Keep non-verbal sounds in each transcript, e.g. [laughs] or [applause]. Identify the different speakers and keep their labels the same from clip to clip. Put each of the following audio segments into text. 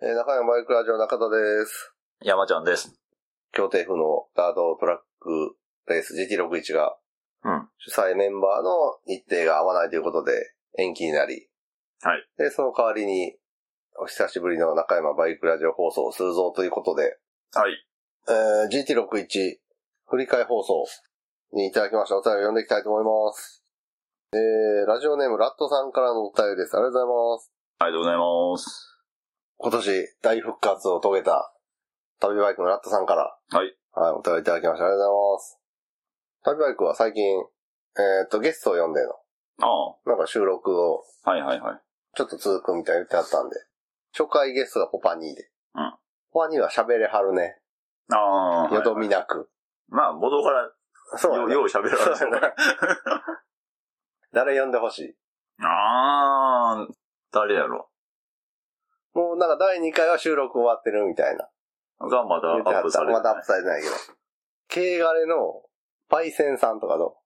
Speaker 1: えー中山バイクラジオ中田です。
Speaker 2: 山ちゃんです。
Speaker 1: 京都府のダートトラックレース GT61 が
Speaker 2: うん。
Speaker 1: 主催メンバーの日程が合わないということで延期になり。
Speaker 2: はい。
Speaker 1: で、その代わりに、お久しぶりの中山バイクラジオ放送をするぞということで、
Speaker 2: はい。
Speaker 1: えー GT61 振り替え放送にいただきましたお便りを読んでいきたいと思います。えー、ラジオネームラットさんからのお便りです。ありがとうございます。
Speaker 2: ありがとうございます。
Speaker 1: 今年大復活を遂げた旅バイクのラットさんから、
Speaker 2: はい。
Speaker 1: はい、お便りいただきました。ありがとうございます。旅バイクは最近、えーっと、ゲストを呼んでの、
Speaker 2: ああ、
Speaker 1: なんか収録を
Speaker 2: はいはいはい。
Speaker 1: ちょっと続くみたいな言ってあったんで、初回ゲストがポパニーで。
Speaker 2: うん。
Speaker 1: ポパニーは喋れはるね。
Speaker 2: ああ、はい
Speaker 1: よどみな
Speaker 2: [laughs]
Speaker 1: く。
Speaker 2: まあ、冒頭から
Speaker 1: そう
Speaker 2: よ
Speaker 1: や
Speaker 2: う
Speaker 1: な
Speaker 2: よう喋られ
Speaker 1: そうやな誰呼んでほしい。
Speaker 2: た。ああ、誰やろ。
Speaker 1: もうなんか第2回は収録終わってるみたいな。
Speaker 2: がまだ
Speaker 1: 言って
Speaker 2: ア
Speaker 1: あ
Speaker 2: ップ
Speaker 1: った。
Speaker 2: されてな
Speaker 1: ま
Speaker 2: い
Speaker 1: だアップされてないけど。経がれの、パイセンさんとかど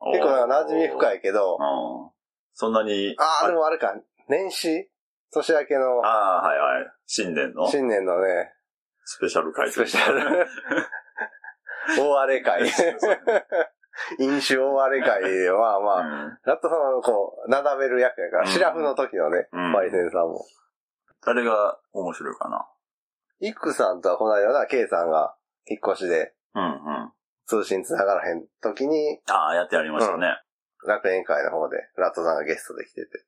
Speaker 1: う結構なんか馴染み深
Speaker 2: い。
Speaker 1: いけど、
Speaker 2: ああ。そんなに。
Speaker 1: ああ、でもあれか、年始年明けの
Speaker 2: ああ、はいはい。新年のス
Speaker 1: 新年のね、
Speaker 2: ペシャル会
Speaker 1: スペシャル。大荒れ会。 [laughs] 飲酒大荒れ会で、まあまあ、ラットさんはこう、なだめる役やか
Speaker 2: う
Speaker 1: ら、
Speaker 2: ん
Speaker 1: シラフの時のね、 [laughs]
Speaker 2: うん
Speaker 1: パイセンさんも。
Speaker 2: 誰が面白いかな。
Speaker 1: イクさんとはこの間な、ケイさんが引っ越しで
Speaker 2: うんうん。
Speaker 1: 通信繋がらへん時に、
Speaker 2: ああ、やってやりましたね。
Speaker 1: 楽園会の方で、ラットさんがゲストで来てて。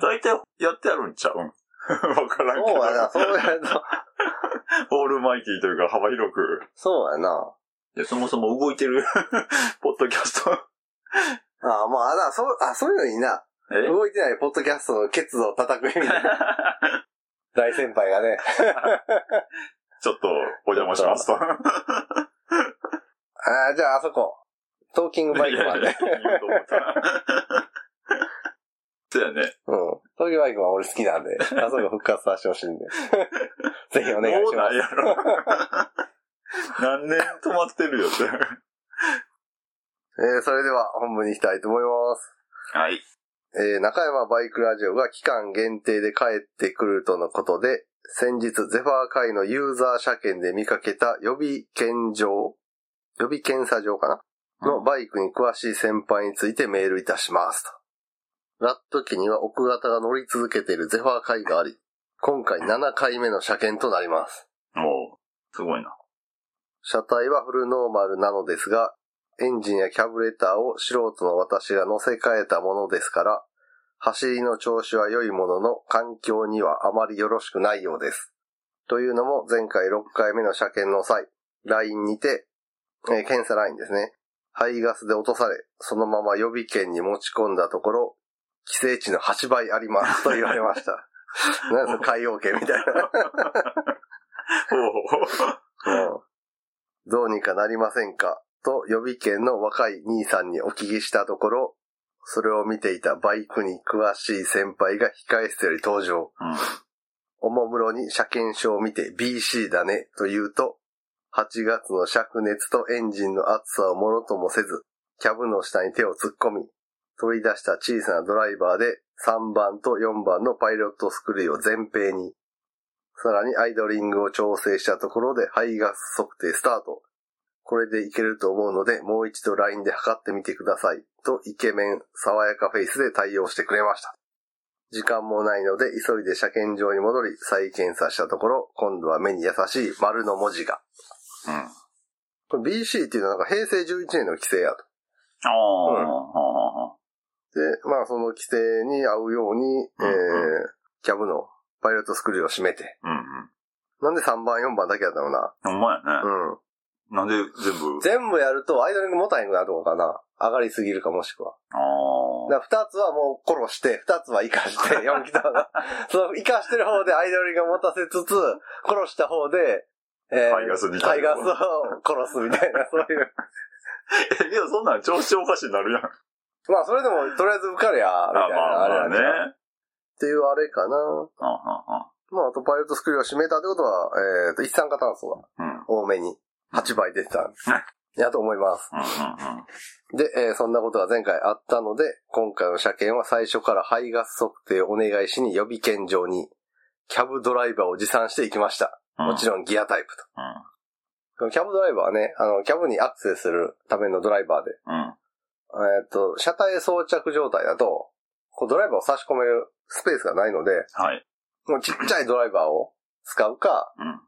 Speaker 2: 大体やってやるんちゃうん [laughs] わからんけ
Speaker 1: そうやな、そうやな。
Speaker 2: ど。オールマイティーというか幅広く。
Speaker 1: [laughs] そうやな。
Speaker 2: で、そもそも動いてる、 [laughs] ポッドキャスト。
Speaker 1: ああ、まあ、な、そう、あ、そういうのいいな。
Speaker 2: え
Speaker 1: 動いてないポッドキャストのケツを叩くみたい [laughs]
Speaker 2: [laughs]
Speaker 1: な。大先輩がね。
Speaker 2: ちょっと、お邪魔しますと。
Speaker 1: ああ、じゃああそこ。トーキングバイクマン
Speaker 2: いや
Speaker 1: ね
Speaker 2: い。や言うと思った。 [laughs] そうやね。
Speaker 1: うん。トーキングバイクマン俺好きなん
Speaker 2: [laughs]
Speaker 1: で、あそこ復活させてほしいんで。ぜひお願い
Speaker 2: も
Speaker 1: し
Speaker 2: う
Speaker 1: ます。
Speaker 2: ないやろ。何年止まってるよって。
Speaker 1: えー、それでは本部に行きたいと思います。
Speaker 2: はい。
Speaker 1: えー、中山バイクラジオが期間限定で帰ってくるとのことで、先日ゼファー会のユーザー車検で見かけた予備検場、予備検査場かなのバイクに詳しい先輩についてメールいたしますと。ラット機には奥型が乗り続けているゼファー会があり、今回7回目の車検となります。
Speaker 2: もう、すごいな。
Speaker 1: 車体はフルノーマルなのですが、エンジンやキャブレターを素人の私が乗せ替えたものですから、走りの調子は良いものの、環境にはあまりよろしくないようです。というのも、前回6回目の車検の際、ラインにて、えー検査ラインですね。排ガスで落とされ、そのまま予備圏に持ち込んだところ、規制値の8倍ありますと言われました。 [laughs] なんか海洋圏みたいな。
Speaker 2: おー
Speaker 1: うんどうにかなりませんかと予備権の若い兄さんにお聞きしたところ、それを見ていたバイクに詳しい先輩が控え室より登場。
Speaker 2: うん
Speaker 1: おもむろに車検証を見て BC だねと言うと、8月の灼熱とエンジンの熱さをもろともせず、キャブの下に手を突っ込み、取り出した小さなドライバーで3番と4番のパイロットスクリューを前平に、さらにアイドリングを調整したところで排ガス測定スタート。これでいけると思うので、もう一度 LINE で測ってみてください。と、イケメン、爽やかフェイスで対応してくれました。時間もないので、急いで車検場に戻り、再検査したところ、今度は目に優しい丸の文字が。
Speaker 2: うん。あ
Speaker 1: これ BC っていうのはなんか平成11年の規制やと。
Speaker 2: あ、は
Speaker 1: で、まあその規制に合うように、
Speaker 2: うん
Speaker 1: え
Speaker 2: う
Speaker 1: ー、キャブのパイロットスクリューを閉めて。
Speaker 2: あはあうん
Speaker 1: なんで3番4番だけやったのか
Speaker 2: うん。ほんまや
Speaker 1: な。
Speaker 2: ね。
Speaker 1: うん。
Speaker 2: なんで全部。
Speaker 1: 全部やるとアイドリングもたへんくなるとこかな。上がりすぎるかもしくは。
Speaker 2: あ
Speaker 1: だ
Speaker 2: あ。
Speaker 1: から二つはもう殺して、二つは生かして、4ギターが。その生かしてる方でアイドリングを持たせつつ、殺した方で、え
Speaker 2: タイガースに
Speaker 1: タイガースを殺すみたいな、 [laughs] そういう。
Speaker 2: え、 [laughs] いや、そんなん調子おかしになるやん。
Speaker 1: まあそれでもとりあえず受かりゃ、みたいな、あれなんじゃんっ
Speaker 2: ね。
Speaker 1: ていうあれかな。
Speaker 2: ああ、
Speaker 1: まああとパイロットスクリューを閉めたってことは、えっ、と、一酸化炭素が
Speaker 2: ああ。うん。うん、
Speaker 1: 多めに8倍出てた。やと思います。
Speaker 2: うん、うん。
Speaker 1: で、えーそんなことが前回あったので、今回の車検は最初から排ガス測定をお願いしに予備検場に、キャブドライバーを持参していきました。もち
Speaker 2: ろん。
Speaker 1: ろんギアタイプと。そのキャブドライバーはね、あの、キャブにアクセスするためのドライバーで、
Speaker 2: うん。うん。
Speaker 1: えーっと、車体装着状態だと、こうドライバーを差し込めるスペースがないので、
Speaker 2: はい。
Speaker 1: もうちっちゃいドライバーを使うか、
Speaker 2: うん。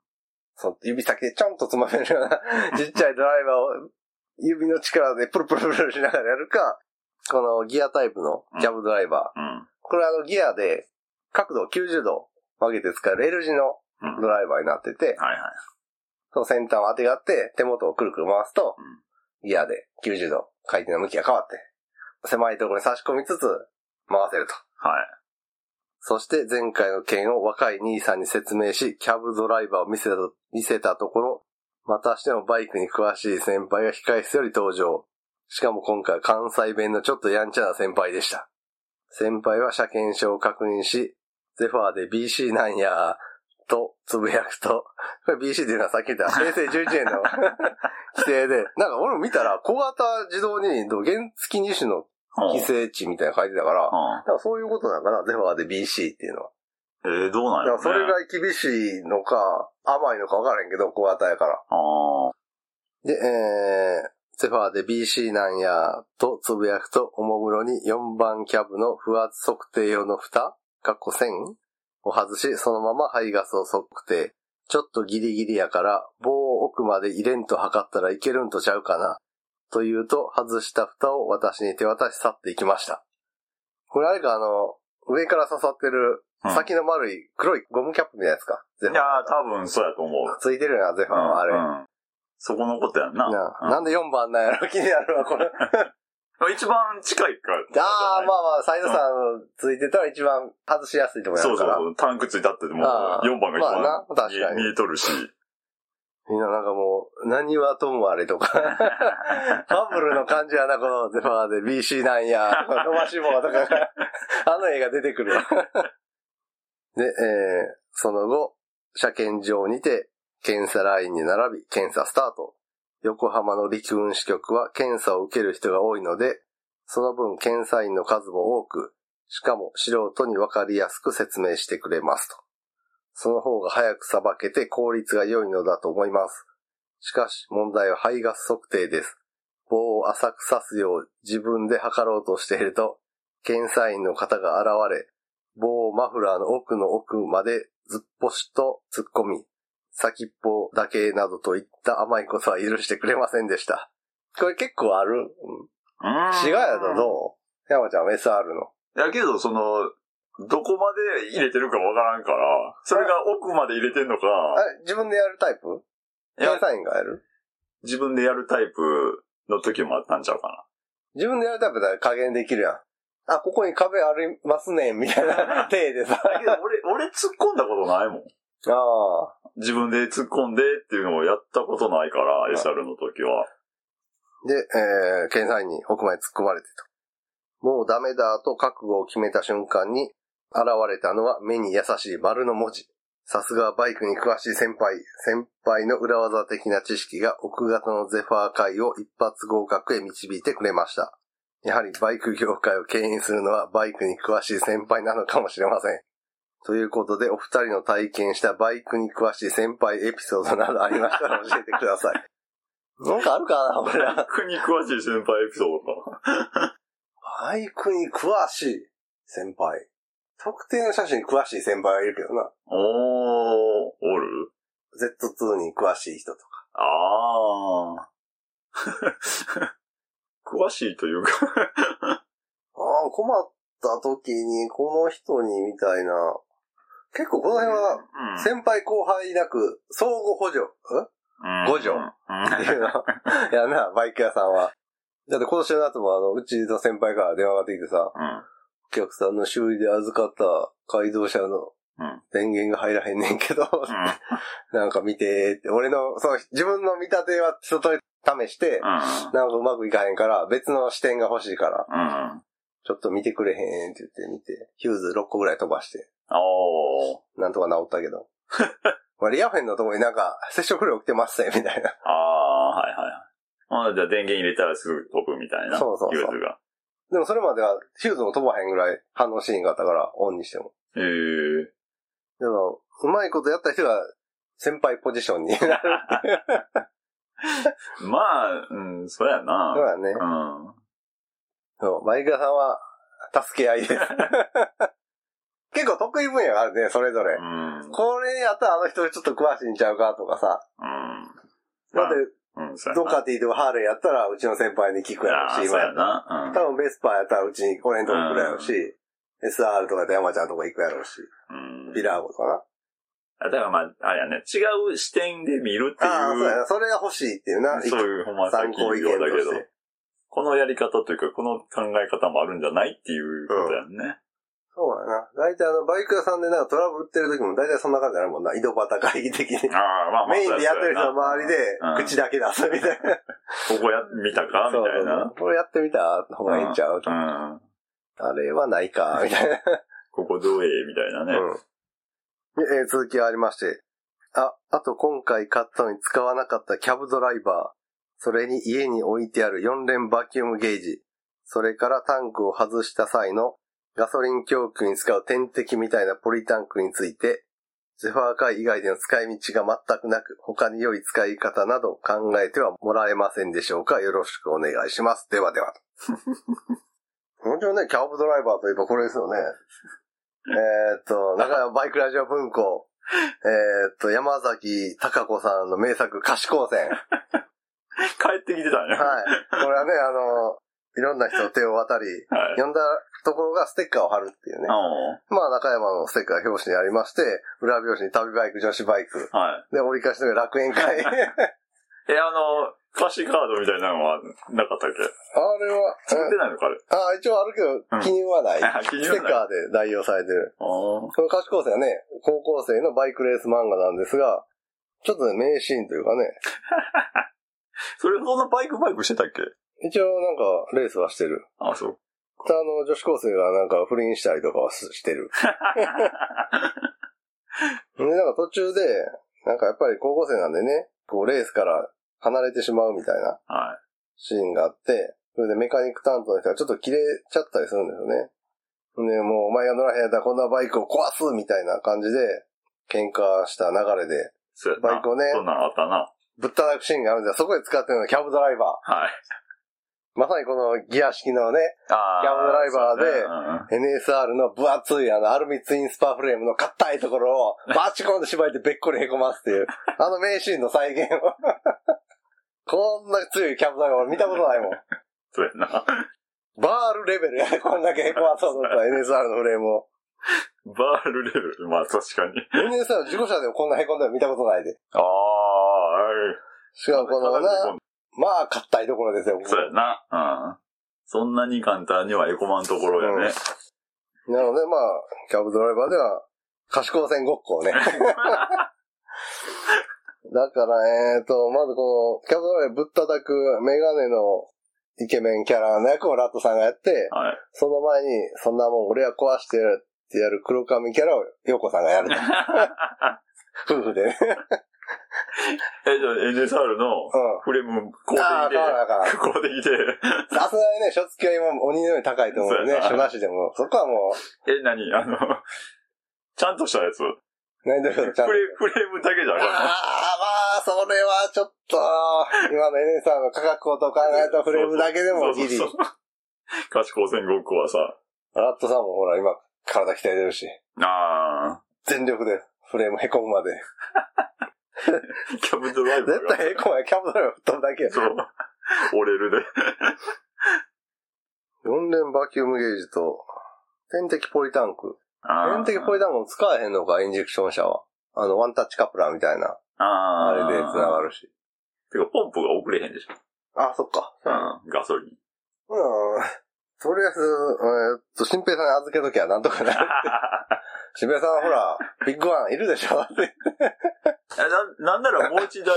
Speaker 1: その指先でちょんとつまめる
Speaker 2: [laughs]
Speaker 1: ようなちっちゃいドライバーを指の力でプルプルプルしながらやるか、このギアタイプのキャブドライバー。
Speaker 2: うん。
Speaker 1: これあのギアで角度を90度曲げて使える L 字の
Speaker 2: うん。
Speaker 1: ドライバーになってて、
Speaker 2: はいはい。
Speaker 1: その先端を当てがって、手元をくるくる回すと
Speaker 2: うん、
Speaker 1: ギアで90度回転の向きが変わって、狭いところに差し込みつつ、回せると。
Speaker 2: はい。
Speaker 1: そして前回の件を若い兄さんに説明し、キャブドライバーを見せた、見せたところ、またしてもバイクに詳しい先輩が控室より登場。しかも今回は関西弁のちょっとやんちゃな先輩でした。先輩は車検証を確認し、ゼファーで BC なんや、とつぶやくと、これ BC っていうのはさっき言った平成11年の [laughs] 規定で、なんか俺も見たら小型自動二輪と原付二種の
Speaker 2: ほう
Speaker 1: 規制値みたいなの書いてたから、
Speaker 2: う
Speaker 1: だからそういうことなのかな、ゼファーで BC っていうのは。
Speaker 2: ん。えー、どうなん
Speaker 1: だ
Speaker 2: や
Speaker 1: か
Speaker 2: ろ
Speaker 1: ら
Speaker 2: ね。
Speaker 1: それが厳しいのか、甘いのか分からへんけど、小型やから。
Speaker 2: ああ。
Speaker 1: で、えー、ゼファーで BC なんや、とつぶやくと、おもむろに4番キャブの不圧測定用の蓋、かっこ線を外し、そのまま排ガスを測定。ちょっとギリギリやから、棒を奥まで入れんと測ったらいけるんとちゃうかな。と言うと、外した蓋を私に手渡し去っていきました。これあれか、あの、上から刺さってる
Speaker 2: うん、
Speaker 1: 先の丸い黒いゴムキャップみたいなやつか。ゼファー
Speaker 2: いやー、多分そうやと思う。
Speaker 1: ついてるよな、ゼファーはあれ。
Speaker 2: うんうんそこのことやんな。
Speaker 1: な
Speaker 2: うん
Speaker 1: なんで4番なんやろ気になるわ、こ
Speaker 2: [laughs]
Speaker 1: れ。あ
Speaker 2: 一番近いから。
Speaker 1: あ、まあまあ、サイドさんついてたら一番外しやすいと思い
Speaker 2: そ
Speaker 1: ま
Speaker 2: う
Speaker 1: か
Speaker 2: そう
Speaker 1: ら。
Speaker 2: そう。タンクついたってもう
Speaker 1: ああ
Speaker 2: 4番が一
Speaker 1: まあな
Speaker 2: 番
Speaker 1: 確かに
Speaker 2: 見見えとる
Speaker 1: [laughs]
Speaker 2: し。
Speaker 1: みんななんかもう、何はともあれとか。ハブルの感じやな、このゼファーで BC なんや、伸ばし棒とかが、あの絵が出てくるわ。で、えー、その後、車検場にて、検査ラインに並び、検査スタート。横浜の陸運支局は検査を受ける人が多いので、その分検査員の数も多く、しかも素人にわかりやすく説明してくれますと。その方が早くさばけて効率が良いのだと思います。しかし、問題は排ガス測定です。棒を浅く刺すよう自分で測ろうとしていると、検査員の方が現れ、棒をマフラーの奥の奥までずっぽしと突っ込み、先っぽだけなどといった甘いことは許してくれませんでした。これ結構ある、うん、違うやとどう山ちゃん SR の。
Speaker 2: うやけど、その、どこまで入れてるかわからんから、それが奥まで入れてんのか、
Speaker 1: あれ、自分でやるタイプ
Speaker 2: いや
Speaker 1: 検査員がやる
Speaker 2: 自分でやるタイプの時もあったんちゃうか
Speaker 1: 自分でやるタイプだら加減できるやん。あ、ここに壁ありますねん、みたいな [laughs] 体でさ。
Speaker 2: [laughs] な。だけど俺、俺突っ込んだことないもん。
Speaker 1: ああ。
Speaker 2: 自分で突っ込んでっていうのをやったことないから、
Speaker 1: い
Speaker 2: SR の時は。
Speaker 1: で、えー、検査員に奥まで突っ込まれてと。もうダメだと覚悟を決めた瞬間に、現れたのは目に優しい丸の文字。さすがバイクに詳しい先輩。先輩の裏技的な知識が奥方のゼファー会を一発合格へ導いてくれました。やはりバイク業界を牽引するのはバイクに詳しい先輩なのかもしれません。ということで、お二人の体験したバイクに詳しい先輩エピソードなどありましたら教えてください。 [laughs] なんかあるかな俺ら。
Speaker 2: 国詳しい先輩エピソードか。
Speaker 1: バイクに詳しい先輩。特定の車種に詳しい先輩はいるけどな。
Speaker 2: おー、おる
Speaker 1: Z2 に詳しい人とか。
Speaker 2: ああ。 [laughs] 詳しいというか
Speaker 1: ああ、困った時にこの人にみたいな。結構この辺は、
Speaker 2: うん、
Speaker 1: 先輩後輩なく、相互補助、
Speaker 2: うん
Speaker 1: 五条
Speaker 2: うん
Speaker 1: ん
Speaker 2: [laughs]
Speaker 1: っていうの。やな、バイク屋さんは。だって今年の夏もあの、うちの先輩から電話がかかってきてさ、お客さんの修理で預かった改造車の
Speaker 2: うん
Speaker 1: 電源が入らへんねんけど、
Speaker 2: うん
Speaker 1: なんか見てって、俺の、その、自分の見立ては外に試して、なんかうまくいかへんから、別の視点が欲しいから、
Speaker 2: うん。うん。
Speaker 1: ちょっと見てくれへんって言って見て、ヒューズ6個ぐらい飛ばして、
Speaker 2: おー。
Speaker 1: なんとか治ったけ [laughs] ど。まあリアフェンのとこになんか、接触量起きてますね、みたいな。
Speaker 2: ああ、はいはいはい。まあ、じゃあ電源入れたらすぐ飛ぶみたいな。
Speaker 1: そうそうそう
Speaker 2: ユーズが。
Speaker 1: でもそれまでは、ヒューズも飛ばへんぐらい反応しへんかったから、オンにしても。
Speaker 2: ええー。
Speaker 1: でも、うまいことやった人が先輩ポジションになる
Speaker 2: まあ、うん、そうやな。
Speaker 1: からね。
Speaker 2: うん。
Speaker 1: そう、マイカさんは助け合い [laughs] です。結構得意分野があるね、それぞれ。
Speaker 2: うん。うん。
Speaker 1: これやったらあの人ちょっと詳しいんちゃうかとかさ。だって、
Speaker 2: うん、そう
Speaker 1: ド
Speaker 2: やな。
Speaker 1: カティとかハーレーやったらうちの先輩に聞くやろ
Speaker 2: あ
Speaker 1: う
Speaker 2: ー
Speaker 1: し、
Speaker 2: そ
Speaker 1: 今
Speaker 2: う
Speaker 1: や
Speaker 2: や
Speaker 1: ったら。
Speaker 2: な。うん
Speaker 1: 多分ベスパーやったらうちに俺んとこ来るやろうし、SR とかで山ちゃんとこ行くやろうし、
Speaker 2: うん
Speaker 1: ビラーゴとかな。
Speaker 2: あだからまあ、あれやね、違う視点で見るってい
Speaker 1: ああ、そうや
Speaker 2: う、
Speaker 1: な。それが欲しいっていうな。
Speaker 2: そういう、ほんまさっ
Speaker 1: 参
Speaker 2: き言
Speaker 1: 考
Speaker 2: う
Speaker 1: 意見
Speaker 2: ようだ
Speaker 1: と
Speaker 2: け
Speaker 1: し
Speaker 2: ど、
Speaker 1: て。
Speaker 2: このやり方というか、この考え方もあるんじゃないっていうことやんね。
Speaker 1: そうやな。大体あの、バイク屋さんでなんかトラブル売ってる時も大体そんな感じになるもんな。井戸端会議的
Speaker 2: [laughs]
Speaker 1: に。
Speaker 2: ああ、まあまあ、
Speaker 1: メインでやってる人の周りで
Speaker 2: うん、
Speaker 1: 口だけ出すみたいな。
Speaker 2: そうやな。ここや、見たかみ
Speaker 1: そう
Speaker 2: た
Speaker 1: そ
Speaker 2: い
Speaker 1: う
Speaker 2: な。
Speaker 1: これやってみた方がいいんちゃう
Speaker 2: うん。
Speaker 1: あれはないか、みたいな。
Speaker 2: ここどうええみたいなね。
Speaker 1: うんでえー続きがありまして。あ、あと今回買ったのに使わなかったキャブドライバー。それに家に置いてある4連バキュームゲージ。それからタンクを外した際のガソリン供給に使う点滴みたいなポリタンクについて、ゼファー界以外での使い道が全くなく、他に良い使い方など考えてはもらえませんでしょうかよろしくお願いします。ではでは。もちろんね、キャブドライバーといえばこれですよね。えーっと、中山バイクラジオ文庫。えーっと、山崎隆子さんの名作、可視光線。はい。
Speaker 2: 帰ってきてたんや。
Speaker 1: これはね、あの、いろんな人の手を渡り、
Speaker 2: はい。
Speaker 1: 読んだところがステッカーを貼るっていうね。
Speaker 2: あ
Speaker 1: まあ、中山のステッカーが表紙にありまして、裏表紙に旅バイク、女子バイク。
Speaker 2: あは
Speaker 1: で、折り返しの楽
Speaker 2: [laughs]
Speaker 1: 園会。あれ
Speaker 2: い。え、あの、歌詞カードみたいなのはなかったっけ
Speaker 1: は、
Speaker 2: 作っ
Speaker 1: え
Speaker 2: てないのかあれ。
Speaker 1: あ、一応あるけ
Speaker 2: う
Speaker 1: ど、
Speaker 2: ん
Speaker 1: 記入
Speaker 2: [laughs]
Speaker 1: はない。
Speaker 2: あ記入
Speaker 1: ス
Speaker 2: はな
Speaker 1: テ
Speaker 2: い
Speaker 1: ッカーで代用されてる。
Speaker 2: ああ。
Speaker 1: この可視光線はね、高校生のバイクレース漫画なんですが、ちょっとね、名シーンというかね、
Speaker 2: それ、そんなバイクバイクしてたっけ
Speaker 1: 一応なんか、レースはしてる。
Speaker 2: あ、そう。
Speaker 1: あの、女子高生がなんか不倫したりとかはすして
Speaker 2: [laughs]
Speaker 1: る。で、なんか途中で、なんかやっぱり高校生なんでね、こうレースから離れてしまうみたいな
Speaker 2: は
Speaker 1: シーンがあって、それでメカニック担当の人がちょっと切れちゃったりするんですよね。で、もうお前が乗らへんやったらこんなバイクを壊すみたいな感じで、喧嘩した流れで、
Speaker 2: い。そうやな
Speaker 1: バイクをね、
Speaker 2: そんなんあったな。
Speaker 1: ぶったたくシーンがあるんですよ。そこで使ってるのがキャブドライバ
Speaker 2: はい。
Speaker 1: ー。まさにこのギア式のね、
Speaker 2: あ
Speaker 1: キャブドライバーで
Speaker 2: ー
Speaker 1: NSR の分厚いあのアルミツインスパーフレームの硬いところをバチコンで縛いてべっこり凹ますっていう、あの名シーンの再現を。 [laughs] こんな強いキャブだから俺見たことないもん。
Speaker 2: そうやな。 [laughs]
Speaker 1: バールレベルやで、こんだけ凹まそうと思ったら NSR のフレームを。
Speaker 2: バールレベル。まあ確かに。
Speaker 1: NSR の事故車でもこんな凹んだの見たことないで。
Speaker 2: ああ、はい
Speaker 1: しかもこのな、まあ硬いところですよ、ここ
Speaker 2: そうやな。うん。そんなに簡単にはエコマンところやね。
Speaker 1: なのでまあ、キャブドライバーでは、可視光線ごっこを
Speaker 2: [laughs]
Speaker 1: ね。だから、えっ、と、まずこの、キャブドライぶったたくメガネのイケメンキャラの役をラットさんがやって、
Speaker 2: はい。
Speaker 1: その前に、そんなもん俺は壊してやるってやる黒髪キャラをヨコさんがやると。夫婦でね。
Speaker 2: え、じゃあ NSR の
Speaker 1: うん
Speaker 2: フレーム、こうで
Speaker 1: ああ、買わなあかん。
Speaker 2: いて、こうでいて、
Speaker 1: さすがにね、書付きは今鬼のように高いと思うよね。
Speaker 2: そうやな
Speaker 1: 書なしでも。そこはも
Speaker 2: え、何あの、ちゃんとしたやつ。フ
Speaker 1: う、何とし
Speaker 2: レ
Speaker 1: てもちゃんと。
Speaker 2: フレームだけじゃ
Speaker 1: あ
Speaker 2: な
Speaker 1: あ、
Speaker 2: か
Speaker 1: ま
Speaker 2: った
Speaker 1: あ、それはちょっと、今の NS さんの価格高騰を考えたフレームだけでもギリ
Speaker 2: そ。うそうそう可視光線ごっこはさ、
Speaker 1: ラットさんもほら、今、体鍛えてるし、
Speaker 2: あ
Speaker 1: 全力で、フレーム凹むまで。
Speaker 2: ーキャブドライバー
Speaker 1: 絶
Speaker 2: が
Speaker 1: 対凹まない。キャブドライブ吹っ飛ぶだけや。
Speaker 2: そう。折れるで。
Speaker 1: 4連バキュームゲージと、点滴ポリタンク。
Speaker 2: あ
Speaker 1: 点滴ポリタンクも使えへんのか、インジェクション車は。あの、ワンタッチカプラーみたいな、
Speaker 2: あ
Speaker 1: あ
Speaker 2: ー
Speaker 1: れで繋がるし。
Speaker 2: てか、ポンプが遅れへんでしょ。
Speaker 1: あ、そっか。
Speaker 2: うん。ガソリン。
Speaker 1: うん。とりあえず、えーっと、新平さんに預けときゃなんとか
Speaker 2: [laughs]
Speaker 1: なる。新平さんはほら、ビッグワンいるで
Speaker 2: [laughs]
Speaker 1: しょあ、
Speaker 2: な、なんならもう一台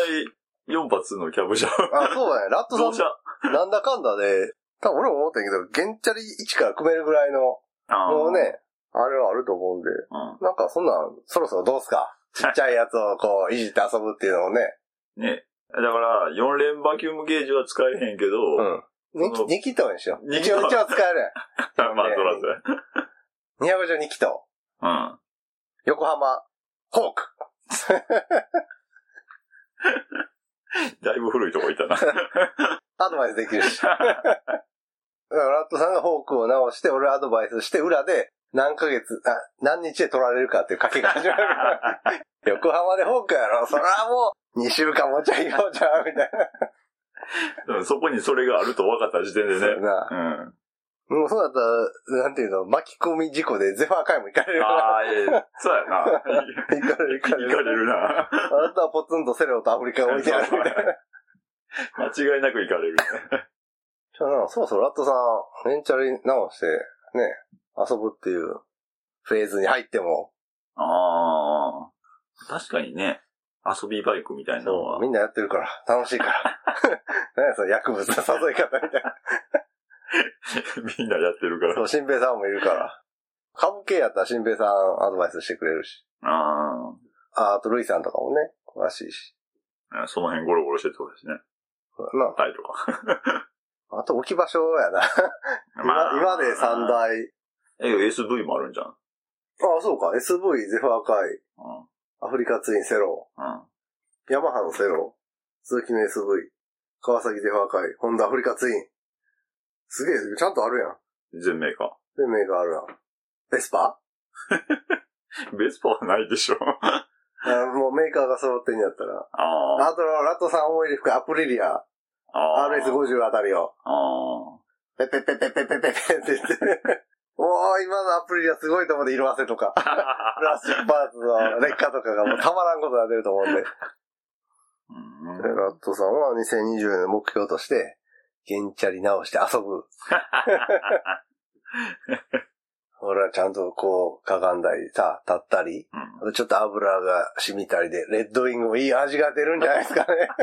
Speaker 2: 4発のキャブ
Speaker 1: [laughs]
Speaker 2: 車。
Speaker 1: そうだね。ラッ
Speaker 2: 同
Speaker 1: ト
Speaker 2: 車
Speaker 1: さ。ん、なんだかんだで、多分俺も思ったんやけど、ゲンチャリ1から組めるぐらいの、
Speaker 2: あー
Speaker 1: もう。ね、あれはあると思うんで、
Speaker 2: う
Speaker 1: なんかそんなん、そろそろどうすかちっちゃいやつをこう、いじって遊ぶっていうのをね。
Speaker 2: ん。ね。だから、4連バキュームゲージは使えへんけど、
Speaker 1: ん。2
Speaker 2: そ
Speaker 1: 気、
Speaker 2: の
Speaker 1: 二気筒にしよう。
Speaker 2: 二
Speaker 1: 一
Speaker 2: 気筒
Speaker 1: 応、一応使える
Speaker 2: [laughs] まあ、そらそ
Speaker 1: やん。252気筒。
Speaker 2: ら。
Speaker 1: 横浜、ホーク
Speaker 2: だいぶ古いとこいたな。
Speaker 1: アドバイスできるし。だからラットさんがフォークを直して、俺はアドバイスして、裏で何ヶ月、あ、何日で取られるかっていう賭けが始まる。 [laughs] 横浜でフォークやろ、そらもう、2週間もちゃいようじゃん、みたい
Speaker 2: でもそこにそれがあると分かった時点で
Speaker 1: な。
Speaker 2: ね。
Speaker 1: そうやな。
Speaker 2: うん。
Speaker 1: もうそうだったら、なんていうの、巻き込み事故でゼファー回も行かれるよな。
Speaker 2: ああ、ええそうやな。
Speaker 1: [laughs] 行かれる、行
Speaker 2: 行
Speaker 1: かれる。
Speaker 2: かれるな。
Speaker 1: あなたはポツンとセレオとアフリカが置いてあるみたいな。
Speaker 2: [laughs] 間違いなく行かれる。
Speaker 1: じゃあな、そろそろラットさん、レンチャリ直して、ね、遊ぶっていうフレーズに入っても、
Speaker 2: ああ。確かにね、遊びバイクみたいなの
Speaker 1: そう、
Speaker 2: は
Speaker 1: み。んなやってるから、楽しい [laughs] から。何やその薬物の誘い方みたいな。
Speaker 2: みんなやってるから
Speaker 1: [laughs] そ。う、新平さんもいるから。株系やったら新平さんアドバイスしてくれるし。
Speaker 2: あ
Speaker 1: ああと、ルイさんとかもね、詳しいし。
Speaker 2: あ。その辺ゴロゴロしてってことですね。
Speaker 1: ま
Speaker 2: タイとか。
Speaker 1: あ、あと置き場所や [laughs] な。今今で三。台。
Speaker 2: え、SV もあるんじゃん。
Speaker 1: ああ、そうか。SV、ゼファーカイ、
Speaker 2: うん。
Speaker 1: アフリカツイン、セロ
Speaker 2: うん。
Speaker 1: ー、ヤマハのセロー、鈴木の SV、川崎ゼファーカイ、ホンダアフリカツイン。すげえ、ちゃんとあるやん。
Speaker 2: 全メーカ
Speaker 1: で、メーカーあるやん。ベス [laughs] パ
Speaker 2: ー。ベスパはないでしょ。あ
Speaker 1: あもうメーカーが揃ってんやったら。
Speaker 2: あ。
Speaker 1: あと、ラットさん思い出深いアプリリア、
Speaker 2: あ
Speaker 1: RS50 あたりを、
Speaker 2: あ
Speaker 1: ペッペッペッペッペッペッペッペッって言って、おー、今のアプリリアすごいと思って色あせとか、
Speaker 2: あ
Speaker 1: プ。ラスチックパーツの劣化とかがもうたまらんことになってると思うんで。
Speaker 2: うん
Speaker 1: でラットさんは2020年の目標として、ゲンチャリ直して遊ぶ。俺はちゃんとこう、かがんだりさ、立ったり、あとちょっと油が染みたりで、レッドウィングもいい味が出るんじゃないですかね。 [laughs]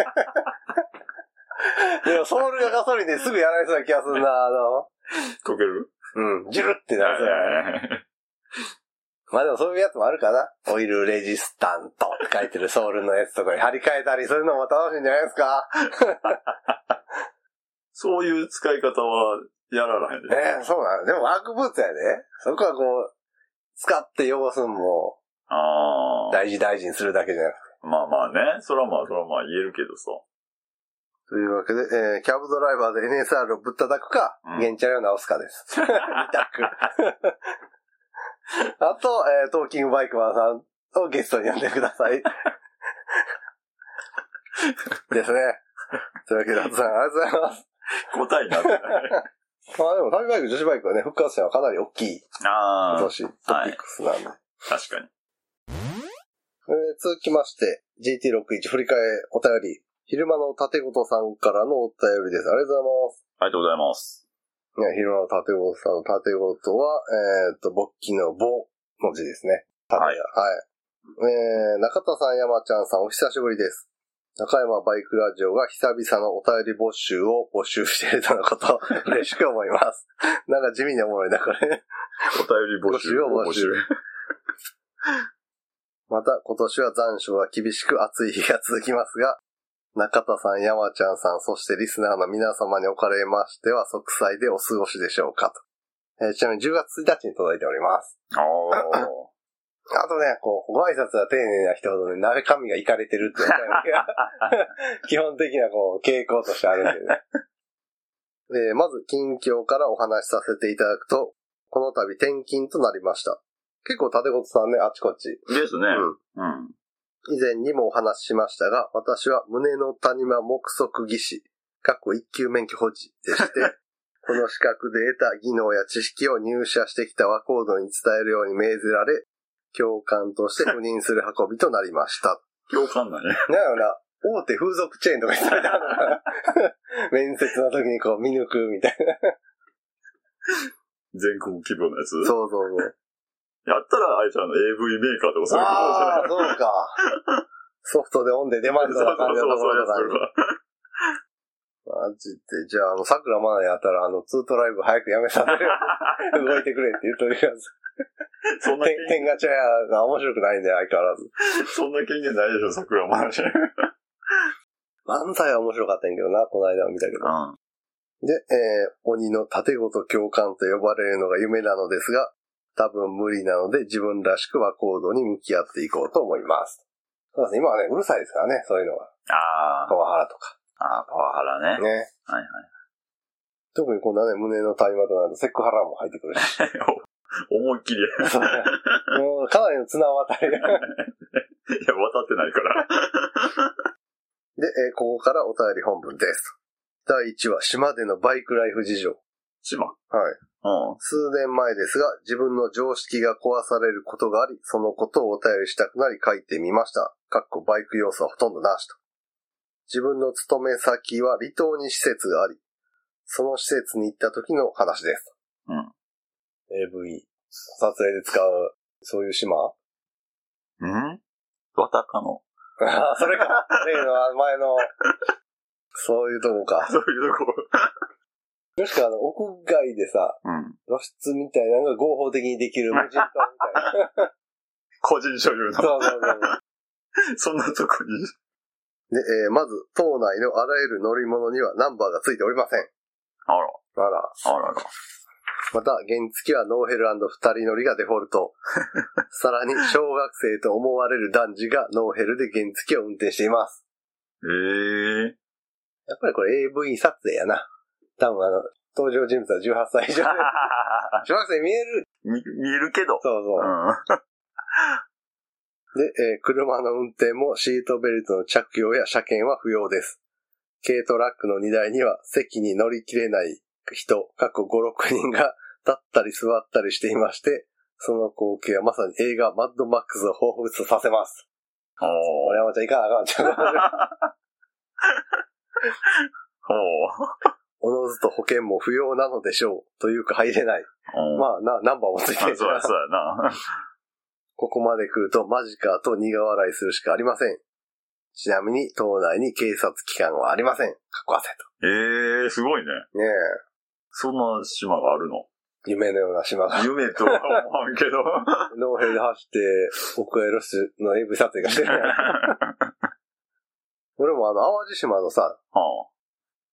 Speaker 1: でも、ソールがガソリンですぐやられそうな気がするな、あ
Speaker 2: 溶ける
Speaker 1: の、うん、ジュルってなりそうやね。まあでもそういうやつもあるかな。オイルレジスタントって書いてるソールのやつとかに張り替えたりするのも楽しいんじゃないですか。
Speaker 2: [laughs] そういう使い方はやらないで。
Speaker 1: ええそうなの。でもワークブーツやで。そこはこう、使って汚すんも
Speaker 2: ああ。
Speaker 1: 大事大事にするだけじゃなくて。
Speaker 2: まあまあね。そらまあ、そらまあ言えるけどさ。
Speaker 1: というわけで、えー、キャブドライバーで NSR をぶったたくか、
Speaker 2: うん
Speaker 1: 現チャリを直すかです。二 [laughs] 択。あと、えー、トーキングバイクマンさんをゲストに呼んでください。
Speaker 2: [laughs]
Speaker 1: ですね。というわけで、あつさん、ありがとうございます。
Speaker 2: 答えになっ
Speaker 1: [laughs]
Speaker 2: てない。
Speaker 1: まあでも、旅バイク、女子バイクはね、復活戦はかなり大きい、
Speaker 2: あ
Speaker 1: 今
Speaker 2: あ。
Speaker 1: 年、トピックスなんで。
Speaker 2: 確かに。
Speaker 1: えー続きまして、GT61 振り返りお便り。昼間の縦ごとさんからのお便りです。ありがとうございます。
Speaker 2: ありがとうございます。
Speaker 1: いや、昼間の縦ごとさんの縦ごとは、えーっと、勃起の棒の字ですね。縦
Speaker 2: はい
Speaker 1: はい。えー、中田さん、山ちゃんさん、お久しぶりです。中山バイクラジオが久々のお便り募集を募集していたのこと、嬉しく思います。なんか地味におもろいな、これ。
Speaker 2: お便り募集。
Speaker 1: 募集を募集また今年は残暑が厳しく暑い日が続きますが、中田さん、山ちゃんさん、そしてリスナーの皆様におかれましては即歳でお過ごしでしょうかと。えーちなみに10月1日に届いております。
Speaker 2: ああ。
Speaker 1: あとね、こう、ご挨拶が丁寧な人ほどね、鍋髪がいかれてるっていうのが [laughs] 基本的なこう、傾向としてあるんでね。で、まず近況からお話しさせていただくと、この度転勤となりました。結構縦ごとさんね、あちこち。
Speaker 2: ですね。うん。
Speaker 1: 以前にもお話ししましたが、私は胸の谷間目測技師、過去一級免許保持でして、 [laughs] この資格で得た技能や知識を入社してきた和コードに伝えるように命ぜられ、教官として赴任する運びとなりました。
Speaker 2: 共感だね。
Speaker 1: なんやろな、大手風俗チェーンとかにされたのかな [laughs] 面接の時にこう見抜くみたいな。
Speaker 2: 全国規模のやつ。
Speaker 1: そうそうそう。
Speaker 2: やったら、あいちゃんの AV メーカーとかそういうことじゃ
Speaker 1: あ
Speaker 2: な
Speaker 1: あ、
Speaker 2: い
Speaker 1: そうか。ソフトでオンで出ましたな感じのところとかに。マジで、じゃあ、あの、桜まなやったら、あの、ツートライブ早くやめさせ
Speaker 2: [laughs]
Speaker 1: る。動いてくれって言っとるやつ。
Speaker 2: そんな
Speaker 1: て
Speaker 2: 権
Speaker 1: ん、てんがちゃやが面白くないんで、相変わらず。
Speaker 2: 限、そんな権限ないでしょ、桜も。うん。
Speaker 1: 漫才は面白かったんやけどな、この間も見たけど。
Speaker 2: あ
Speaker 1: で、えー、鬼の盾ごと教官と呼ばれるのが夢なのですが、多分無理なので自分らしく和コードに向き合っていこうと思います。そうですね。今はね、うるさいですからね、そういうのは。
Speaker 2: あ
Speaker 1: パワハラとか。
Speaker 2: あ、ああ、パワハラね。
Speaker 1: ね。
Speaker 2: はいはい。
Speaker 1: 特にこんなね、胸の対話となるとセクハラも入ってくるし。
Speaker 2: 思いっきり。いや、
Speaker 1: そうね [laughs] もうかなりの綱渡りが。
Speaker 2: 渡ってないから。
Speaker 1: で、えーここからお便り本文です。第1話、島でのバイクライフ事情。。
Speaker 2: 島。はいうん。
Speaker 1: 数年前ですが、自分の常識が壊されることがあり、そのことをお便りしたくなり書いてみました。かっこバイク要素はほとんどなしと。自分の勤め先は離島に施設があり、その施設に行った時の話です。
Speaker 2: うん
Speaker 1: AV、撮影で使う、そういう島
Speaker 2: んわたかの。 [laughs]
Speaker 1: あ [laughs] それか。例のあ前の、そういうとこか。
Speaker 2: そういうとこ。
Speaker 1: もしくはあの屋外でさ、
Speaker 2: うん。
Speaker 1: 露出みたいなのが合法的にできる無人島みた [laughs] いな。
Speaker 2: 個人所有
Speaker 1: そう
Speaker 2: の。 [laughs]
Speaker 1: そうそうそう。
Speaker 2: そんなとこに。
Speaker 1: で、えーまず、島内のあらゆる乗り物にはナンバーがついておりません。
Speaker 2: あら、
Speaker 1: あら。
Speaker 2: あらら。
Speaker 1: また、原付はノーヘル二人乗りがデフォル [laughs] ト。さらに、小学生と思われる男児がノーヘルで原付を運転しています。
Speaker 2: ええ
Speaker 1: やっぱりこれ AV 撮影やな。多分あの、登場人物は18歳 [laughs] 以上で。小学生見える
Speaker 2: 見、見えるけど。
Speaker 1: そう
Speaker 2: う
Speaker 1: そ
Speaker 2: ん。あ
Speaker 1: う。で、えー車の運転もシートベルトの着用や車検は不要です。軽トラックの荷台には席に乗り切れない人、過去5、6人が立ったり座ったりしていまして、その光景はまさに映画マッドマックスを彷彿とさせます。
Speaker 2: あ。
Speaker 1: 俺山ちゃんいかなあかんちゃう。
Speaker 2: お
Speaker 1: [laughs] おのずと保険も不要なのでしょう。というか入れない。
Speaker 2: おあ、
Speaker 1: まあな、ナンバーもついて
Speaker 2: そう
Speaker 1: る
Speaker 2: や、そうやな。 [laughs]
Speaker 1: ここまで来るとマジかと苦笑いするしかありません。ちなみに、島内に警察機関はありません。かっこ汗
Speaker 2: ええすごいね。
Speaker 1: と。ねえ、
Speaker 2: そんな島があるの。
Speaker 1: 夢のような
Speaker 2: [laughs]
Speaker 1: 島が。
Speaker 2: 夢とは思わんけ [laughs] ど。
Speaker 1: ノーヘルで走って、奥へロスの AV 撮影がしてる。俺もあの、淡路島のさ、
Speaker 2: は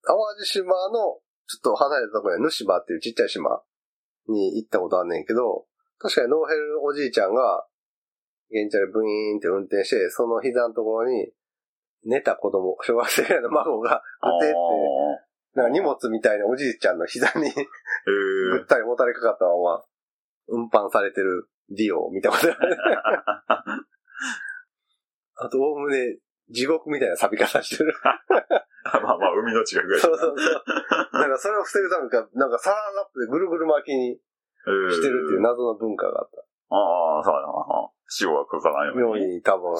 Speaker 1: 淡路島の、ちょっと離れたところに、ヌシバっていうちっちゃい島に行ったことあんねんけど、確かにノーヘルおじいちゃんが、現地でブイーンって運転して、その膝のところに、寝た子供、小学生ぐらいの孫が、
Speaker 2: あ。
Speaker 1: ぐてって、
Speaker 2: あ
Speaker 1: なんか荷物みたいなおじいちゃんの膝にぐ
Speaker 2: え
Speaker 1: [laughs] っったりもたれかかったまま、運搬されてるディオを見たことある。あと、おおむね、地獄みたいな錆び方 [laughs] してる。
Speaker 2: え [laughs] まあまあ、海の近くやし
Speaker 1: そうそうそう。なんかそれを防ぐためか、なんかサランラップでぐるぐる巻きに
Speaker 2: ええ
Speaker 1: してるっていう。謎の文化があった。
Speaker 2: ああ、そうやな。潮がかからないよ
Speaker 1: 妙
Speaker 2: うに。
Speaker 1: に多分。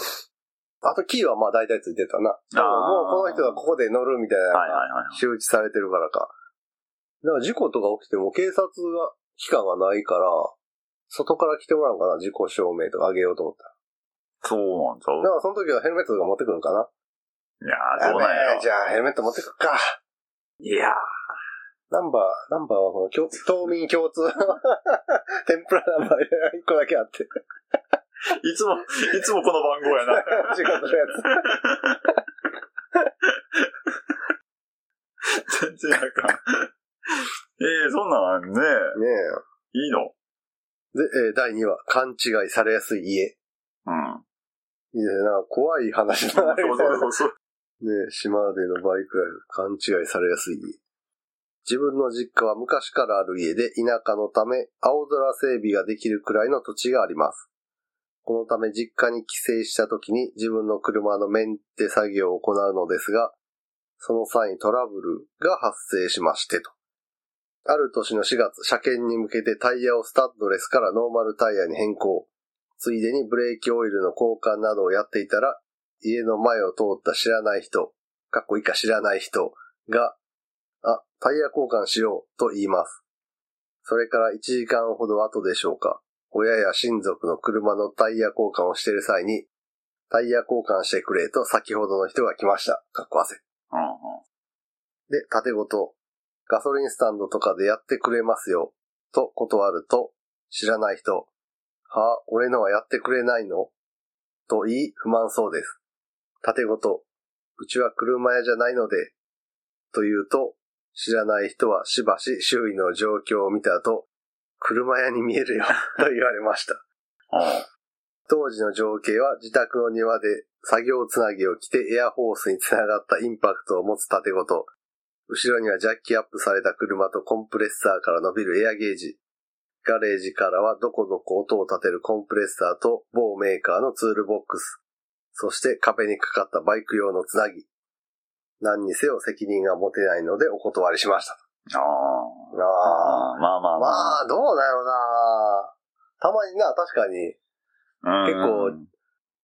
Speaker 1: あとキーはまあ大体ついてたな。多分もうこの人がここで乗るみたい
Speaker 2: はいはい
Speaker 1: な、
Speaker 2: はい。
Speaker 1: 周知されてるからか。だから事故とか起きても警察が、機関がないから、外から来てもらうかな、自己証明とかあげようと思った
Speaker 2: そうなんちゃう
Speaker 1: ら。だからその時はヘルメットとか持ってくるんかな。
Speaker 2: いやー、どうなんや
Speaker 1: やべえ
Speaker 2: ろ
Speaker 1: じ。ゃあヘルメット持ってくか。
Speaker 2: いやー
Speaker 1: ナンバー、ナンバーはこの共、島民共通の [laughs] 天ぷらナンバー1個だけあって。 [laughs]
Speaker 2: いつも、いつもこの番号やな。
Speaker 1: 仕事のやつ。
Speaker 2: 全然なんか。ええそんなんね、
Speaker 1: ね
Speaker 2: いいの。
Speaker 1: え。で、えー第2話、勘違いされやすい家。い
Speaker 2: うん。
Speaker 1: いですね。なんか怖い話
Speaker 2: そ
Speaker 1: だな
Speaker 2: う
Speaker 1: みたいな。
Speaker 2: そうそうそう。
Speaker 1: ねえ、島でのバイクライフ、勘違いされやすい家。自分の実家は昔からある家で田舎のため青空整備ができるくらいの土地があります。このため実家に帰省した時に自分の車のメンテ作業を行うのですが、その際にトラブルが発生しましてと。ある年の4月、車検に向けてタイヤをスタッドレスからノーマルタイヤに変更。ついでにブレーキオイルの交換などをやっていたら、家の前を通った知らない人、かっこいいか知らない人が、あ、タイヤ交換しようと言います。それから1時間ほど後でしょうか。親や親族の車のタイヤ交換をしている際に、タイヤ交換してくれと先ほどの人が来ました。かっこ汗。
Speaker 2: うん
Speaker 1: で、縦ごと、ガソリンスタンドとかでやってくれますよ、と断ると、知らない人、はあ、俺のはやってくれないのと言い、不満そうです。縦ごと、うちは車屋じゃないので、と言うと、知らない人はしばし周囲の状況を見た後、車屋に見えるよ、と言われました。当時の情景は自宅の庭で作業つなぎを着てエアホースにつながったインパクトを持つ盾ごと、後ろにはジャッキアップされた車とコンプレッサーから伸びるエアゲージ、ガレージからはどこどこ音を立てるコンプレッサーと某メーカーのツールボックス、そして壁にかかったバイク用のつなぎ。何にせよ責任が持てないのでお断りしました。
Speaker 2: あ
Speaker 1: あ
Speaker 2: あ。まあまあ
Speaker 1: あ。
Speaker 2: ま
Speaker 1: ま
Speaker 2: あ。
Speaker 1: あ、どうだろうなたまにな、確かに
Speaker 2: う
Speaker 1: 結
Speaker 2: ん
Speaker 1: 構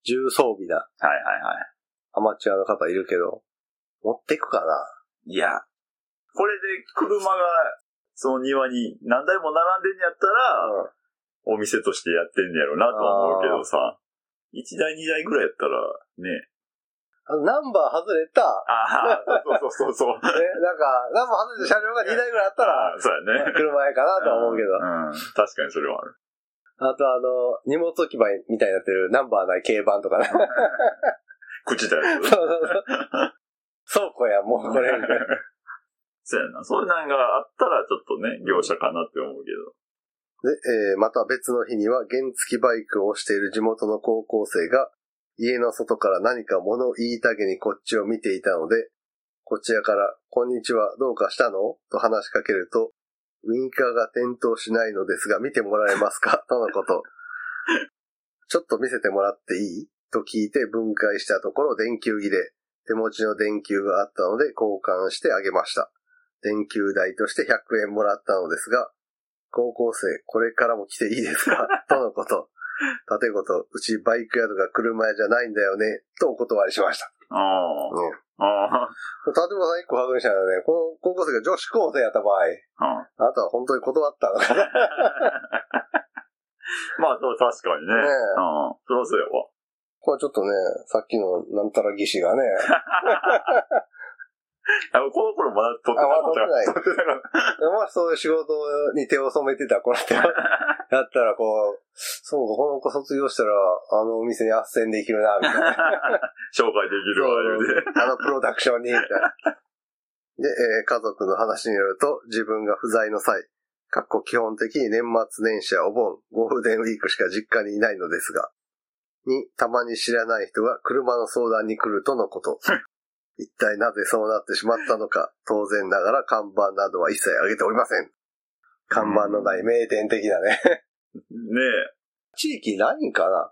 Speaker 1: 重装備な
Speaker 2: はいはいは。
Speaker 1: アマチュアの方いるけど、持ってくかない
Speaker 2: いや、これで車が、その庭に何台も並んでんやったら、
Speaker 1: う
Speaker 2: お店としてやってんやろうなとは思うけどさ、1台2台ぐらいやったら、ね。
Speaker 1: ん。あのナンバー外れた、
Speaker 2: ああ、そうそうそうそう。
Speaker 1: ね、なんか、ナンバー外れた車両が2台ぐらいあったら
Speaker 2: あ、そうやね。
Speaker 1: 車へかなとは思うけど。
Speaker 2: ん。確かにそれはある。
Speaker 1: あとあの、荷物置き場みたいになってるナンバーない軽バンとかね。
Speaker 2: 口だよ。
Speaker 1: そうそうそう。倉庫や、もうこれ。
Speaker 2: そうやな。そういうのがあったら、ちょっとね、業者かなって思うけど。
Speaker 1: で、えーまた別の日には原付バイクを押している地元の高校生が、家の外から何か物言いたげにこっちを見ていたので、こちらから、こんにちは、どうかしたのと話しかけると、ウインカーが点灯しないのですが、見てもらえますか [laughs] とのこと。ちょっと見せてもらっていいと聞いて分解したところ、電球切れ。手持ちの電球があったので、交換してあげました。電球代として100円もらったのですが、高校生、これからも来ていいですかとのこと。縦ごと、うちバイク宿が車屋じゃないんだよね、とお断りしました。
Speaker 2: あ
Speaker 1: ね
Speaker 2: あ。あ
Speaker 1: 立場さん一個確認したのはね、この高校生が女子高生やった場合、
Speaker 2: あ。
Speaker 1: あなたは本当に断ったのかな
Speaker 2: まあ、そう確かにね。
Speaker 1: ねえ
Speaker 2: うん。そりゃそうやわ。
Speaker 1: これちょっとね、さっきのなんたら技師がね、
Speaker 2: あこの頃まだ撮ってなかったから。
Speaker 1: あまだ撮もしそういう
Speaker 2: 撮ってなかった。 [laughs]
Speaker 1: 仕事に手を染めてた頃って、やったらこう、そうか、この子卒業したら、あのお店に斡旋できるな、みたいな。
Speaker 2: 紹介できるわ、言うて。
Speaker 1: [laughs] あのプロダクションに、みたいな。で、えー家族の話によると、自分が不在の際、かっこ基本的に年末年始やお盆、ゴールデンウィークしか実家にいないのですが、に、たまに知らない人が車の相談に来るとの
Speaker 2: [laughs]
Speaker 1: こと。一体なぜそうなってしまったのか、当然ながら看板などは一切上げておりません。看板のない名店的なね。
Speaker 2: ね
Speaker 1: 地域ないんかな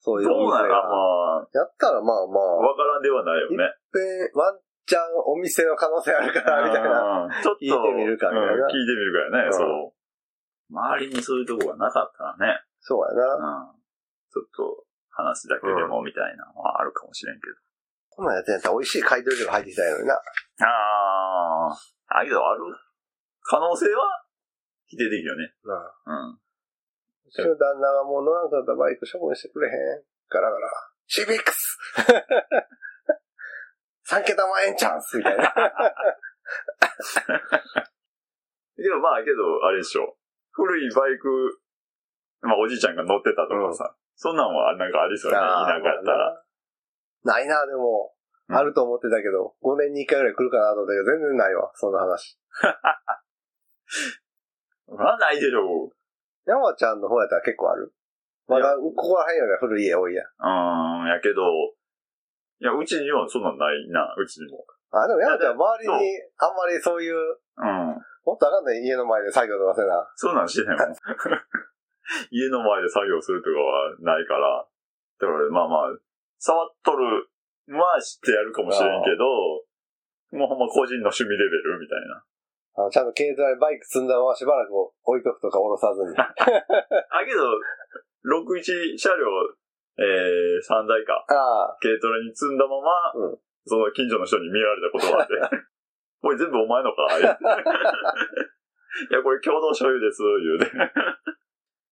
Speaker 1: そう
Speaker 2: え。
Speaker 1: いうお
Speaker 2: どうな
Speaker 1: 店
Speaker 2: のか、
Speaker 1: が。
Speaker 2: ま
Speaker 1: やったらまあまあ。
Speaker 2: あ、わからんではないよね。
Speaker 1: ぺんワンチャンお店の可能性あるから、みたいな。
Speaker 2: な。ちょっと。
Speaker 1: 聞いてみるかみたいな
Speaker 2: うん聞いてみるから
Speaker 1: う
Speaker 2: ね、
Speaker 1: ん
Speaker 2: そう。周りにそういうとこがなかったらね。
Speaker 1: そうや
Speaker 2: う
Speaker 1: な。
Speaker 2: ん。ちょっと、話だけでもみたいなのはあるかもしれんけど。
Speaker 1: こんなんやってんやったら美味しい買い取りが入ってきたやのにな。
Speaker 2: ああ、あ、けどある可能性は否定できるよね。
Speaker 1: なあ
Speaker 2: うん。
Speaker 1: うちの旦那がもう乗らんかったバイク処分してくれへん。ガラガラ。シビックス [laughs] !3 桁万円チャンスみたいな。 [laughs]
Speaker 2: けどまあ、けど、あれでしょ。古いバイク、まあおじいちゃんが乗ってたとかさ。そんなんはなんかありそうやね。
Speaker 1: あ
Speaker 2: 田
Speaker 1: ー
Speaker 2: 舎やったら。
Speaker 1: まあなないな、でも。
Speaker 2: うん
Speaker 1: あると思ってたけど、5年に1回ぐらい来るかなと思ったけど、全然ないわ、そんな話。
Speaker 2: まあないでしょう。
Speaker 1: 山ちゃんの方やったら結構あるまだ、ここら辺よりは古い家多いやん。
Speaker 2: うん、やけど、いや、うちにはそんなんないな、うちにも。
Speaker 1: あ、でも山ちゃん
Speaker 2: い
Speaker 1: 周り
Speaker 2: やで
Speaker 1: に、あんまりそういう、
Speaker 2: うん。
Speaker 1: もっとあかんない家の前で作業とかせな。
Speaker 2: そうなん [laughs] してへんもん。家の前で作業するとかはないから。だから、まあまあ、触っとる、まあ知ってやるかもしれんけど、もうほんま個人の趣味レベルみたいな。
Speaker 1: あの、ちゃんと軽トラにバイク積んだまましばらく置いとくとか下ろさ [laughs] ずに。あ
Speaker 2: あ、けど、61車両、えー、3台か。
Speaker 1: あ、
Speaker 2: 軽トラに積んだまま、
Speaker 1: うん
Speaker 2: その近所の人に見られたことがあって。 [laughs] これ全部お前のか言うていや、これ共同所有です、言うて。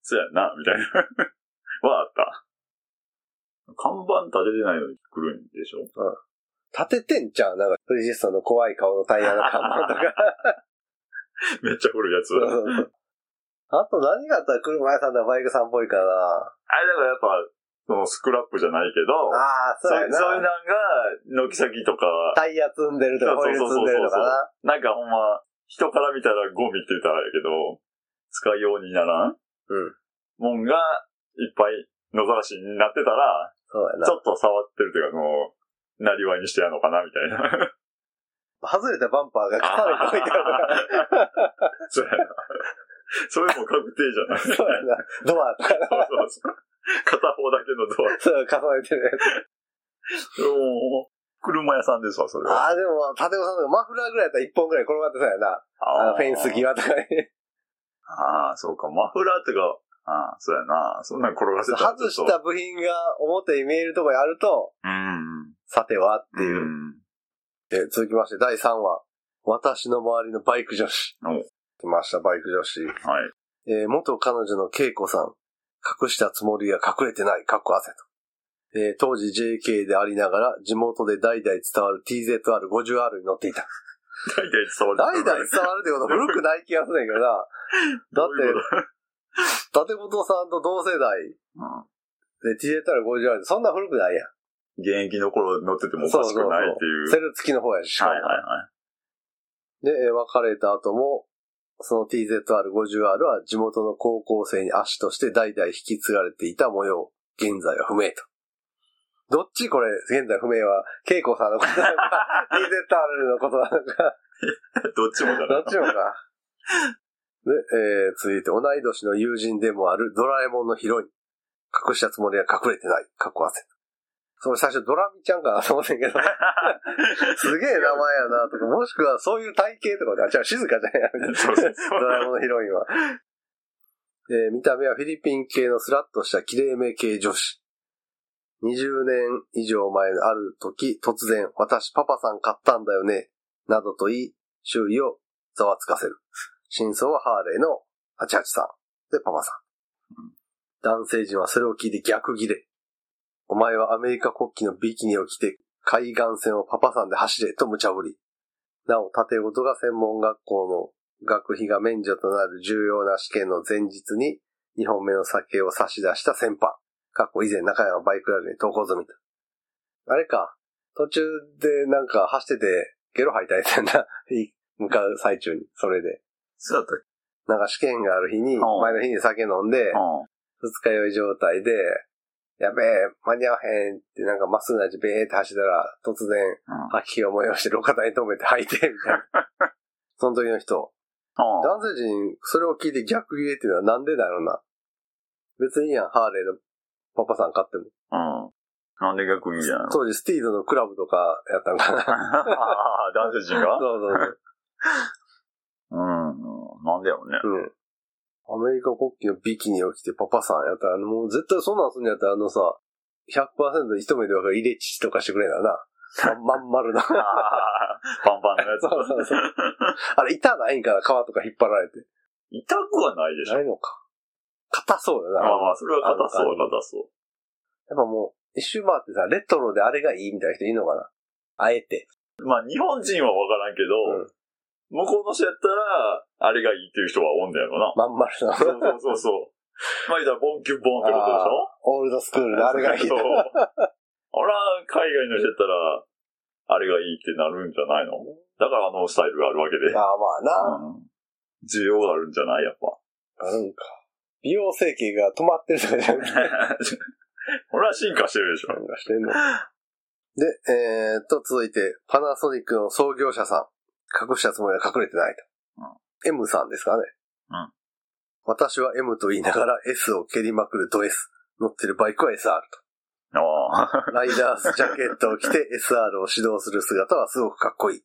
Speaker 2: そうやんな、みたいな。はあった。看板立ててないのに来るんで
Speaker 1: [laughs]
Speaker 2: しょ
Speaker 1: 立ててんちゃうなんか、フリジストの怖い顔のタイヤの看板と [laughs] か。
Speaker 2: [laughs] めっちゃ来るやつ。
Speaker 1: そう
Speaker 2: あ
Speaker 1: そうそ
Speaker 2: れ、
Speaker 1: うあと何があったら車屋さんだバイクさんっぽいかな。
Speaker 2: だからやっぱ、そのスクラップじゃないけど、
Speaker 1: ああ、
Speaker 2: そ
Speaker 1: そうや
Speaker 2: うそういう
Speaker 1: な。
Speaker 2: のが、軒先とか、
Speaker 1: タイヤ積んでるとか、ホ
Speaker 2: そ
Speaker 1: イ
Speaker 2: う
Speaker 1: ー
Speaker 2: そう
Speaker 1: ル積でると
Speaker 2: そうん
Speaker 1: か
Speaker 2: なんかほんま、人から見たらゴミって言ったらあれやけど、使いようになら
Speaker 1: う
Speaker 2: ん
Speaker 1: ん。
Speaker 2: もんが、いっぱい野ざらしになってたら、
Speaker 1: そうや
Speaker 2: ち
Speaker 1: な。
Speaker 2: ょっと触ってるというか、もう、なりわいにしてやるのかな、みた
Speaker 1: [laughs]
Speaker 2: いな。
Speaker 1: 外れたバンパーがカーブに置いてあるとか。
Speaker 2: そうやな。それも確定じゃない。そう
Speaker 1: [laughs] そうやな。ドアとかな。
Speaker 2: そうそう。片方だけのドア。
Speaker 1: そう、重ねてるやつ。
Speaker 2: もう、車屋さんですわ、それ
Speaker 1: あ
Speaker 2: は。
Speaker 1: あ、でも、立山さんとかマフラーぐらいやったら1本ぐらい転がってそうやな。あのフェンス際とか [laughs] に。
Speaker 2: ああ、そうか、マフラーってか、ああ、そうやな。そんなん転がせら
Speaker 1: 外し。た部品が表に見えるところにあると、
Speaker 2: うん。っ
Speaker 1: さてはっていう。
Speaker 2: うん。
Speaker 1: で、続きまして第3話。私の周りのバイク女子。
Speaker 2: お
Speaker 1: 来ました、バイク女子。
Speaker 2: はい。
Speaker 1: えー元彼女の恵子さん。隠したつもりが隠れてない、かっこ汗と。えー当時 JK でありながら、地元で代々伝わる TZR50R に乗っていた。
Speaker 2: 大体伝わる。
Speaker 1: 代々伝わるってこと古くない気がするんやけどな。
Speaker 2: [laughs]
Speaker 1: だ
Speaker 2: どういうこ
Speaker 1: って、伊達元さんと同世代
Speaker 2: とうん
Speaker 1: で TZR50R ってそんな古くないやん。
Speaker 2: 現役の頃乗っててもおかしくないっていう。
Speaker 1: セル付きの方やし。
Speaker 2: はいはいはい。
Speaker 1: で、えー別れた後も、その TZR50R は地元の高校生に足として代々引き継がれていた模様。現在は不明と。どっちこれ、現在不明は、恵子さんのことなのか、TZR のことなのか、
Speaker 2: どっちもだ
Speaker 1: ど
Speaker 2: な
Speaker 1: っ。ちもか。で、えー続いて同い年の友人でもあるドラえもんのヒロイン。隠したつもりは隠れてない。かっこ汗。それ最初ドラミちゃんかなと思ってんけど、 [laughs] すげえ名前やなとか、もしくはそういう体型とかで、あ、違う、静かじゃんやみたいな。
Speaker 2: そうそう
Speaker 1: [laughs]
Speaker 2: そ
Speaker 1: ドラえ
Speaker 2: う。
Speaker 1: もんのヒロインは。えー見た目はフィリピン系のスラッとした綺麗め系女子。20年以上前のある時、突然、私パパさん買ったんだよね、などと言い、周囲をざわつかせる。真相はハーレーの88さん。で、パパさん。男性陣はそれを聞いて逆ギレ。お前はアメリカ国旗のビキニを着て、海岸線をパパさんで走れと無茶ぶり。なお、縦ごとが専門学校の学費が免除となる重要な試験の前日に、2本目の酒を差し出した先輩。過去以前中山バイクラジオに投稿済みと。あれか、途中でなんか走ってて、ゲロ吐いたやつやな。 [laughs] い向かう最中に、それで。
Speaker 2: そうだったっ
Speaker 1: なんか試験がある日に、
Speaker 2: うん
Speaker 1: 前の日に酒飲んで
Speaker 2: け、う
Speaker 1: 二日酔い状態で、やべえ、間に合わへんって、なんかまっすぐな道べーって走ったら、突然、
Speaker 2: ん。うん。
Speaker 1: 吐き気を催して路肩に止めて吐いて、みたいな。
Speaker 2: [laughs]
Speaker 1: その時の人、男性陣、それを聞いて逆ギレっていうのはなんでだろうな。別にいいやん、ハーレーのパパさん買っても。
Speaker 2: うん。なんで逆にじゃん。
Speaker 1: 当時、スティードのクラブとかやったんかな。そ
Speaker 2: ああ [laughs] 男性陣が
Speaker 1: うそう
Speaker 2: うん。なんだよね。 [laughs]
Speaker 1: そう。うん。アメリカ国旗のビキニを着てパパさんやったら、もう絶対そんなんすんのやったら、あのさ、100%一目でわかる入れ乳とかしてくれなな。 [laughs] まんまん丸な。
Speaker 2: ああパンパンのやつ。
Speaker 1: そうそうそう。あれ、板ないんかな皮とか引っ張られて。
Speaker 2: 痛くはないでしょ。
Speaker 1: ないのか。硬そうだ
Speaker 2: ま
Speaker 1: な。
Speaker 2: あまあ、それは硬そう、硬そ
Speaker 1: やっぱもう、一周回ってさ、レトロであれがいいみたいな人いるのかなあえて。
Speaker 2: う。まあ、日本人はわからんけ
Speaker 1: う
Speaker 2: ど
Speaker 1: ん、
Speaker 2: 向こうの人やったら、あれがいいっていう人はおんだよ
Speaker 1: [laughs] ま
Speaker 2: な。
Speaker 1: ん丸な。
Speaker 2: そうそうそうそう。まあ、言ったら、ボンキュッボンってことでしょ
Speaker 1: オールドスクー [laughs] ルであれがいい。
Speaker 2: そう。あら、海外の人やったら、あれがいいってなるんじゃないのだからあのスタイルがあるわけで。
Speaker 1: まあまあ
Speaker 2: うん需要があるんじゃないやっぱ。 [laughs]
Speaker 1: な。あるんか。美容整形が止まってるとかじゃなくて
Speaker 2: これは進化してるでしょ。
Speaker 1: なんかしてんの。で、えー、っと、続いて、パナソニックの創業者さん。隠したつもりは隠れてないと。M さんですかね。
Speaker 2: うん
Speaker 1: 私は M と言いながら S を蹴りまくるド S。乗ってるバイクは SR と。
Speaker 2: ああ。
Speaker 1: ライダースジャケットを着て SR を指導する姿はすごくかっこいい。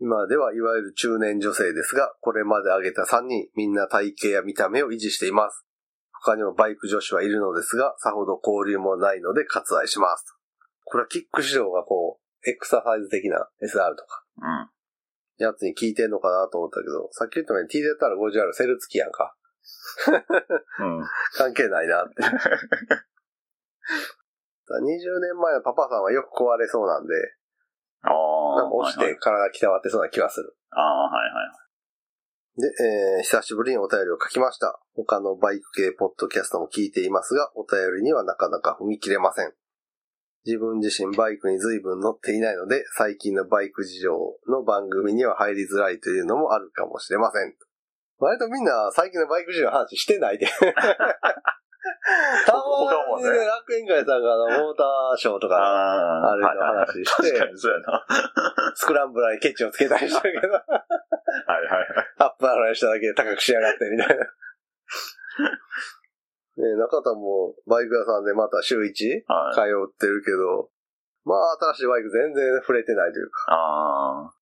Speaker 1: 今ではいわゆる中年女性ですが、これまで挙げた3人、みんな体型や見た目を維持しています。他にもバイク女子はいるのですが、さほど交流もないので割愛します。これはキック指導がこう、エクササイズ的な SR とか、
Speaker 2: うん。
Speaker 1: やつに効いてんのかなと思ったけど、さっき言ったように TZR50R セル付きやんか。
Speaker 2: うん。
Speaker 1: 関係ないなって。20年前のパパさんはよく壊れそうなんで、
Speaker 2: あ
Speaker 1: なん
Speaker 2: あ。
Speaker 1: か落ち
Speaker 2: はいは
Speaker 1: て
Speaker 2: い
Speaker 1: 体きたわってそうな気はする。
Speaker 2: ああ、はいはい。
Speaker 1: で、えー久しぶりにお便りを書きました。他のバイク系ポッドキャストも聞いていますが、お便りにはなかなか踏み切れません。自分自身バイクに随分乗っていないので、最近のバイク事情の番組には入りづらいというのもあるかもしれません。割とみんな最近のバイク事情の話してない [laughs] で。たまに
Speaker 2: 他も
Speaker 1: ね、
Speaker 2: ね
Speaker 1: 楽園会さんがあの、モーターショーとか、
Speaker 2: あ
Speaker 1: あれの
Speaker 2: はいはいはい
Speaker 1: 話して
Speaker 2: 確かにそうやな。
Speaker 1: スクランブラーにケチをつけたりしてるけど、
Speaker 2: はいはいはい。
Speaker 1: アップアロイしただけで高くしやがってみたいな。ねえ中田もバイク屋さんでまた週 1? 通
Speaker 2: はい、
Speaker 1: ってるけど、まあ新しいバイク全然触れてないというか、
Speaker 2: ああ。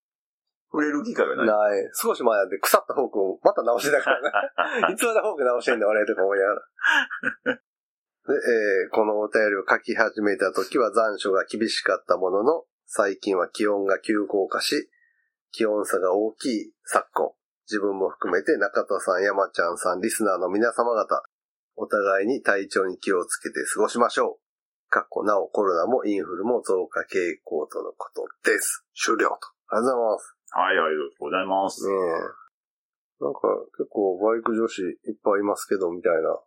Speaker 2: 触れる機会がない。
Speaker 1: ない。少し前なんで腐ったフォークをまた直してたからね。
Speaker 2: [laughs]
Speaker 1: いつまでフォーク直してんだ俺とか思いながら。で、えーこのお便りを書き始めた時は残暑が厳しかったものの、最近は気温が急降下し、気温差が大きい昨今。自分も含めて中田さん、山ちゃんさん、リスナーの皆様方、お互いに体調に気をつけて過ごしましょう。かっこなおコロナもインフルも増加傾向とのことです。終了と。ありがとうございます。
Speaker 2: はい、ありがとうございます。
Speaker 1: ねえ。なんか結構バイク女子いっぱいいますけどみたいな、
Speaker 2: あ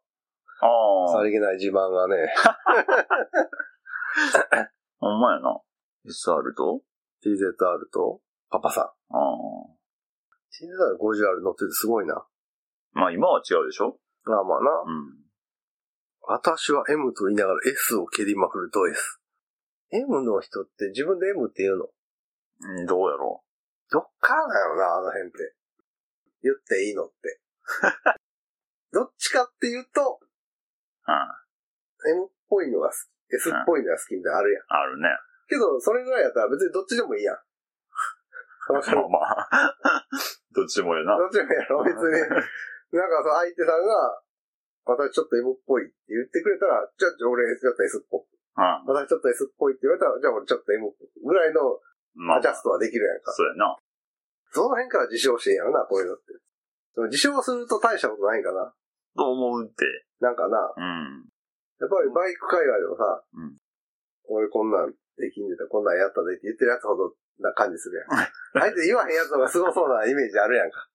Speaker 1: さ
Speaker 2: あ。
Speaker 1: りげない自慢がね、
Speaker 2: ほんまやな。SR と
Speaker 1: TZR とパパさ
Speaker 2: ああ。
Speaker 1: ん。TZR50R 乗っててすごいな。
Speaker 2: まあ今は違うでしょ
Speaker 1: まあまあな。
Speaker 2: うん。
Speaker 1: 私は M と言いながら S を蹴りまくるド S。M の人って自分で M って言うの
Speaker 2: うんどうやろ
Speaker 1: どっからだよな、あの辺って。言っていいの
Speaker 2: [laughs]
Speaker 1: って。どっちかっていうと、
Speaker 2: う。うん。
Speaker 1: M っぽいのが好き。S っぽいのが好きみたいなのあるやん。
Speaker 2: あるね。 [laughs]
Speaker 1: けど、それぐらいやったら別にどっちでもいいやん。わかる
Speaker 2: まあまあ。 [laughs] どっちもやな。
Speaker 1: どっちもやろ、別
Speaker 2: [laughs]
Speaker 1: に。なんかその相手さんが、私ちょっと M っぽいって言ってくれたら、じゃあ俺ちょっと S っぽく。
Speaker 2: う
Speaker 1: 私ちょっと S っぽいって言われたら、じゃあ俺ちょっと M っぽく。ぐらいの
Speaker 2: ん。まあ
Speaker 1: アジ、ャストはできるやんか。
Speaker 2: そうやな。
Speaker 1: その辺から自称してんやろな、こういうのって。でも自称すると大したことないんかな。
Speaker 2: と思うって。
Speaker 1: なんかな、
Speaker 2: うん。
Speaker 1: やっぱりバイク界隈でもさ、
Speaker 2: うん
Speaker 1: 俺こんなんできんでた、こんなんやったでって言ってるやつほどな感じするやん。
Speaker 2: [laughs]
Speaker 1: 相手言わへんやつの方がすごそうなイメージあるやんか。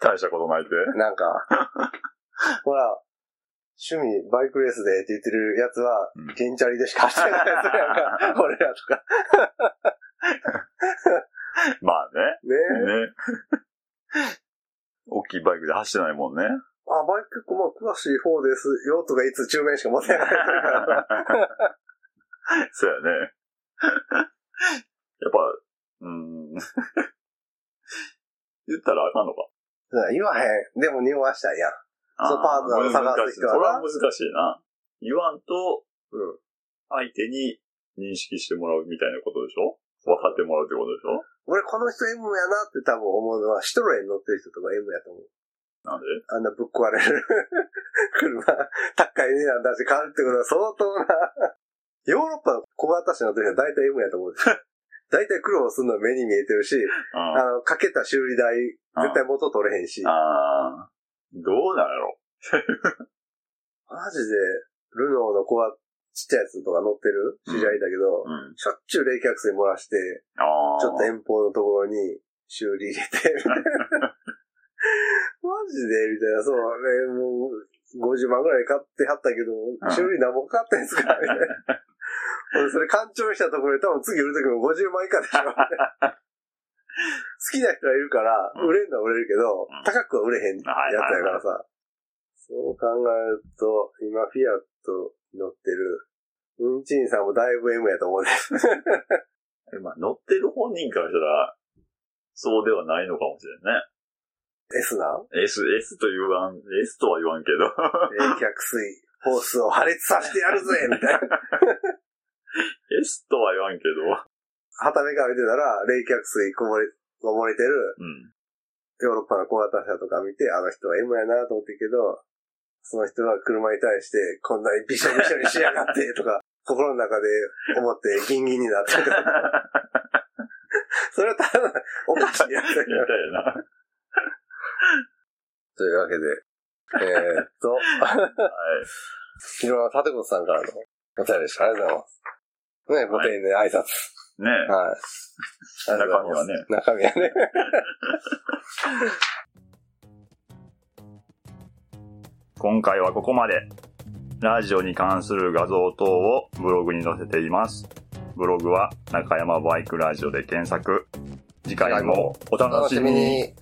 Speaker 2: 大したことないって。
Speaker 1: なんか、ほら、趣味バイクレースでって言ってるやつは
Speaker 2: うん、
Speaker 1: ゲンチャリでしか走ってないやつや
Speaker 2: [laughs]
Speaker 1: んか。俺らとか。
Speaker 2: [laughs] まあ
Speaker 1: ねえ。
Speaker 2: ね。ね。 [laughs] 大きいバイクで走ってないもんね。 [laughs]
Speaker 1: あ、バイク結構まあ詳しい方ですよとかいつ中面しか持ってないから。
Speaker 2: そうやね。 [laughs] やっぱ、うん。 [laughs] 言ったらあかんのか。 [laughs]
Speaker 1: 言わへん。でも匂わしたいやん。そうパートナーを探す人は
Speaker 2: それ
Speaker 1: な
Speaker 2: は難しいな。言わんと、
Speaker 1: うん。
Speaker 2: 相手に認識してもらうみたいなことでしょ分かってもらうってことでしょ
Speaker 1: 俺この人 M やなって多分思うのは、シトロエン乗ってる人とか M やと思う。
Speaker 2: なんで
Speaker 1: あんなぶっ壊れる [laughs] 車、高い値段出して買うってことは相当な。ヨーロッパの小型車の時は大体 M やと思う。 [laughs] 大体苦労するのは目に見えてるし、あ
Speaker 2: あ
Speaker 1: の、かけた修理代、絶対元取れへんし、
Speaker 2: あー。どうなんやろ
Speaker 1: マジで、ルノーの小型、ちっちゃいやつとか乗ってる知り合いだけど、
Speaker 2: うん。
Speaker 1: しょっちゅう冷却水漏らして、
Speaker 2: ああ。
Speaker 1: ちょっと遠方のところに修理入れ
Speaker 2: [laughs]
Speaker 1: て、みたいな。マジでみたいな、そう、ね、もう、50万ぐらい買ってはったけど
Speaker 2: ん、
Speaker 1: 修理何も買ったんですかみたい
Speaker 2: [laughs]
Speaker 1: な。俺それ勘違いしたところで多分次売るときも50万以下で
Speaker 2: [laughs]
Speaker 1: しょみたいな好きな人はいるから、
Speaker 2: うん
Speaker 1: 売れるのは売れるけど
Speaker 2: うん、
Speaker 1: 高くは売れへんやつやからさ。そう考えると、今フィアットに乗ってる、運賃さんもだいぶ M やと思うね。 [laughs]
Speaker 2: まあ、乗ってる本人からしたら、そうではないのかもしれんね。
Speaker 1: S なん
Speaker 2: S、S と言わん、S とは言わんけど。 [laughs]
Speaker 1: 冷却水、ホースを破裂させてやるぜみたいな。
Speaker 2: S とは言わんけど。
Speaker 1: はためから見てたら、冷却水こぼれ、こぼれてる [laughs]
Speaker 2: うん。
Speaker 1: ヨーロッパの小型車とか見て、あの人は M やなと思ってるけど、その人は車に対して、こんなにびしょびしょにしやがって、とか、心の中で思ってギンギンになって [laughs] る。それはただの、おかしいやつ
Speaker 2: みたいな。
Speaker 1: というわけで、えー、っと、
Speaker 2: はい。
Speaker 1: 昨日は立子さんからのお便りでした。ありがとうございます。ね、ご丁寧な挨拶。
Speaker 2: ねえ。
Speaker 1: はい。
Speaker 2: [laughs] 中身はね。
Speaker 1: 中身はね。
Speaker 2: 今回はここまで。ラジオに関する画像等をブログに載せています。ブログは中山バイクラジオで検索。次回もお楽しみに。。